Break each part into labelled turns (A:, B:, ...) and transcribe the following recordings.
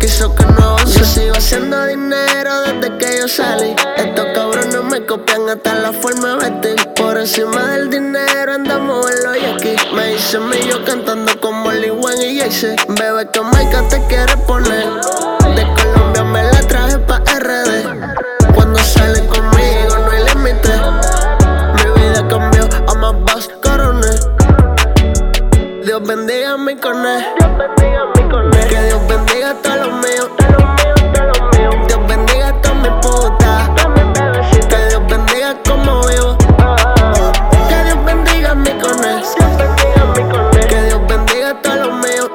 A: eso que no uso. Sigo haciendo dinero desde que yo salí. Estos cabrones me copian hasta la forma de vestir. Por encima del dinero andamos en los aquí Me hice mi yo cantando con Molly Wan y Jay-Z. Bebé, que Mike te quiere poner. De Colombia me la traje pa' RD. Cuando sale conmigo no hay límite. Mi vida cambió a más bass coroné. Dios bendiga mi coné. Que Dios bendiga a todos los míos. Dios bendiga a todas mis putas. Que Dios bendiga como vivo. Que Dios bendiga mi coné. Que Dios bendiga a todos los míos.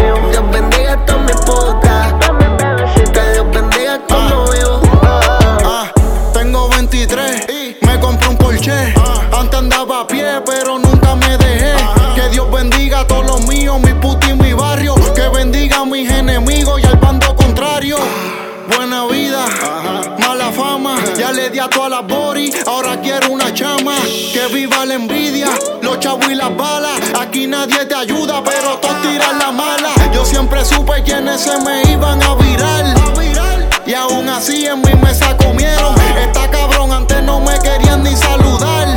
A: Dios bendiga a todas mis putas. Que Dios bendiga como vivo.
B: Ah, tengo 23 y me compré un Porsche. Antes andaba a pie, pero nunca me dejé. Que Dios bendiga a todos los míos, mi puta y mi barrio. Que bendiga a mis enemigos y al bando contrario. Buena vida, mala fama. Ya le di a todas las bori, ahora quiero una chama. Que viva la envidia, los chavos y las balas. Aquí nadie te ayuda, pero todos tiran la mala. Yo siempre supe quiénes se me iban a virar. Y aún así en mi mesa comieron. Está cabrón, antes no me querían ni saludar.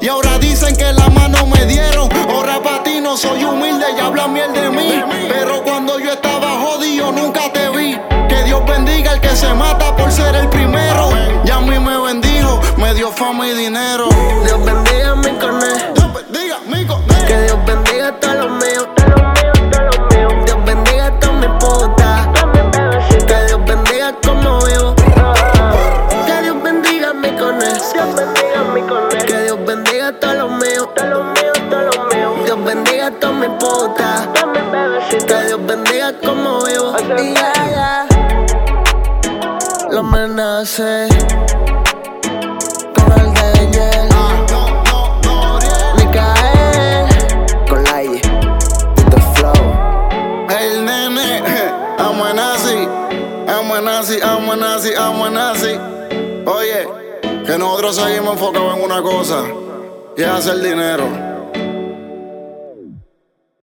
B: Y ahora dicen que la mano me dieron. Ahora para ti no soy humilde y hablan miel de mí. Pero cuando yo estaba jodido nunca te vi. Que Dios bendiga al que se mata por ser el primero. Y a mí me bendijo, me dio fama y dinero.
A: Dios bendiga mi coné.
B: Dios bendiga, mico. eh.
A: Que Dios bendiga a todos los míos. Dios bendiga a todas mis putas. Que Dios bendiga como vivo. Que Dios bendiga mi coné. Que Dios bendiga a todos los míos. Dios bendiga a todas mis putas. Que Dios bendiga como vivo. Y ya, ya. Lo menacé con el de Yel. Micael con la I, The Flow.
B: El nene, amo a Nazi, amo a Nazi, amo a Nazi, amo a Nazi. Oye, que nosotros seguimos enfocados en una cosa, y es hacer dinero.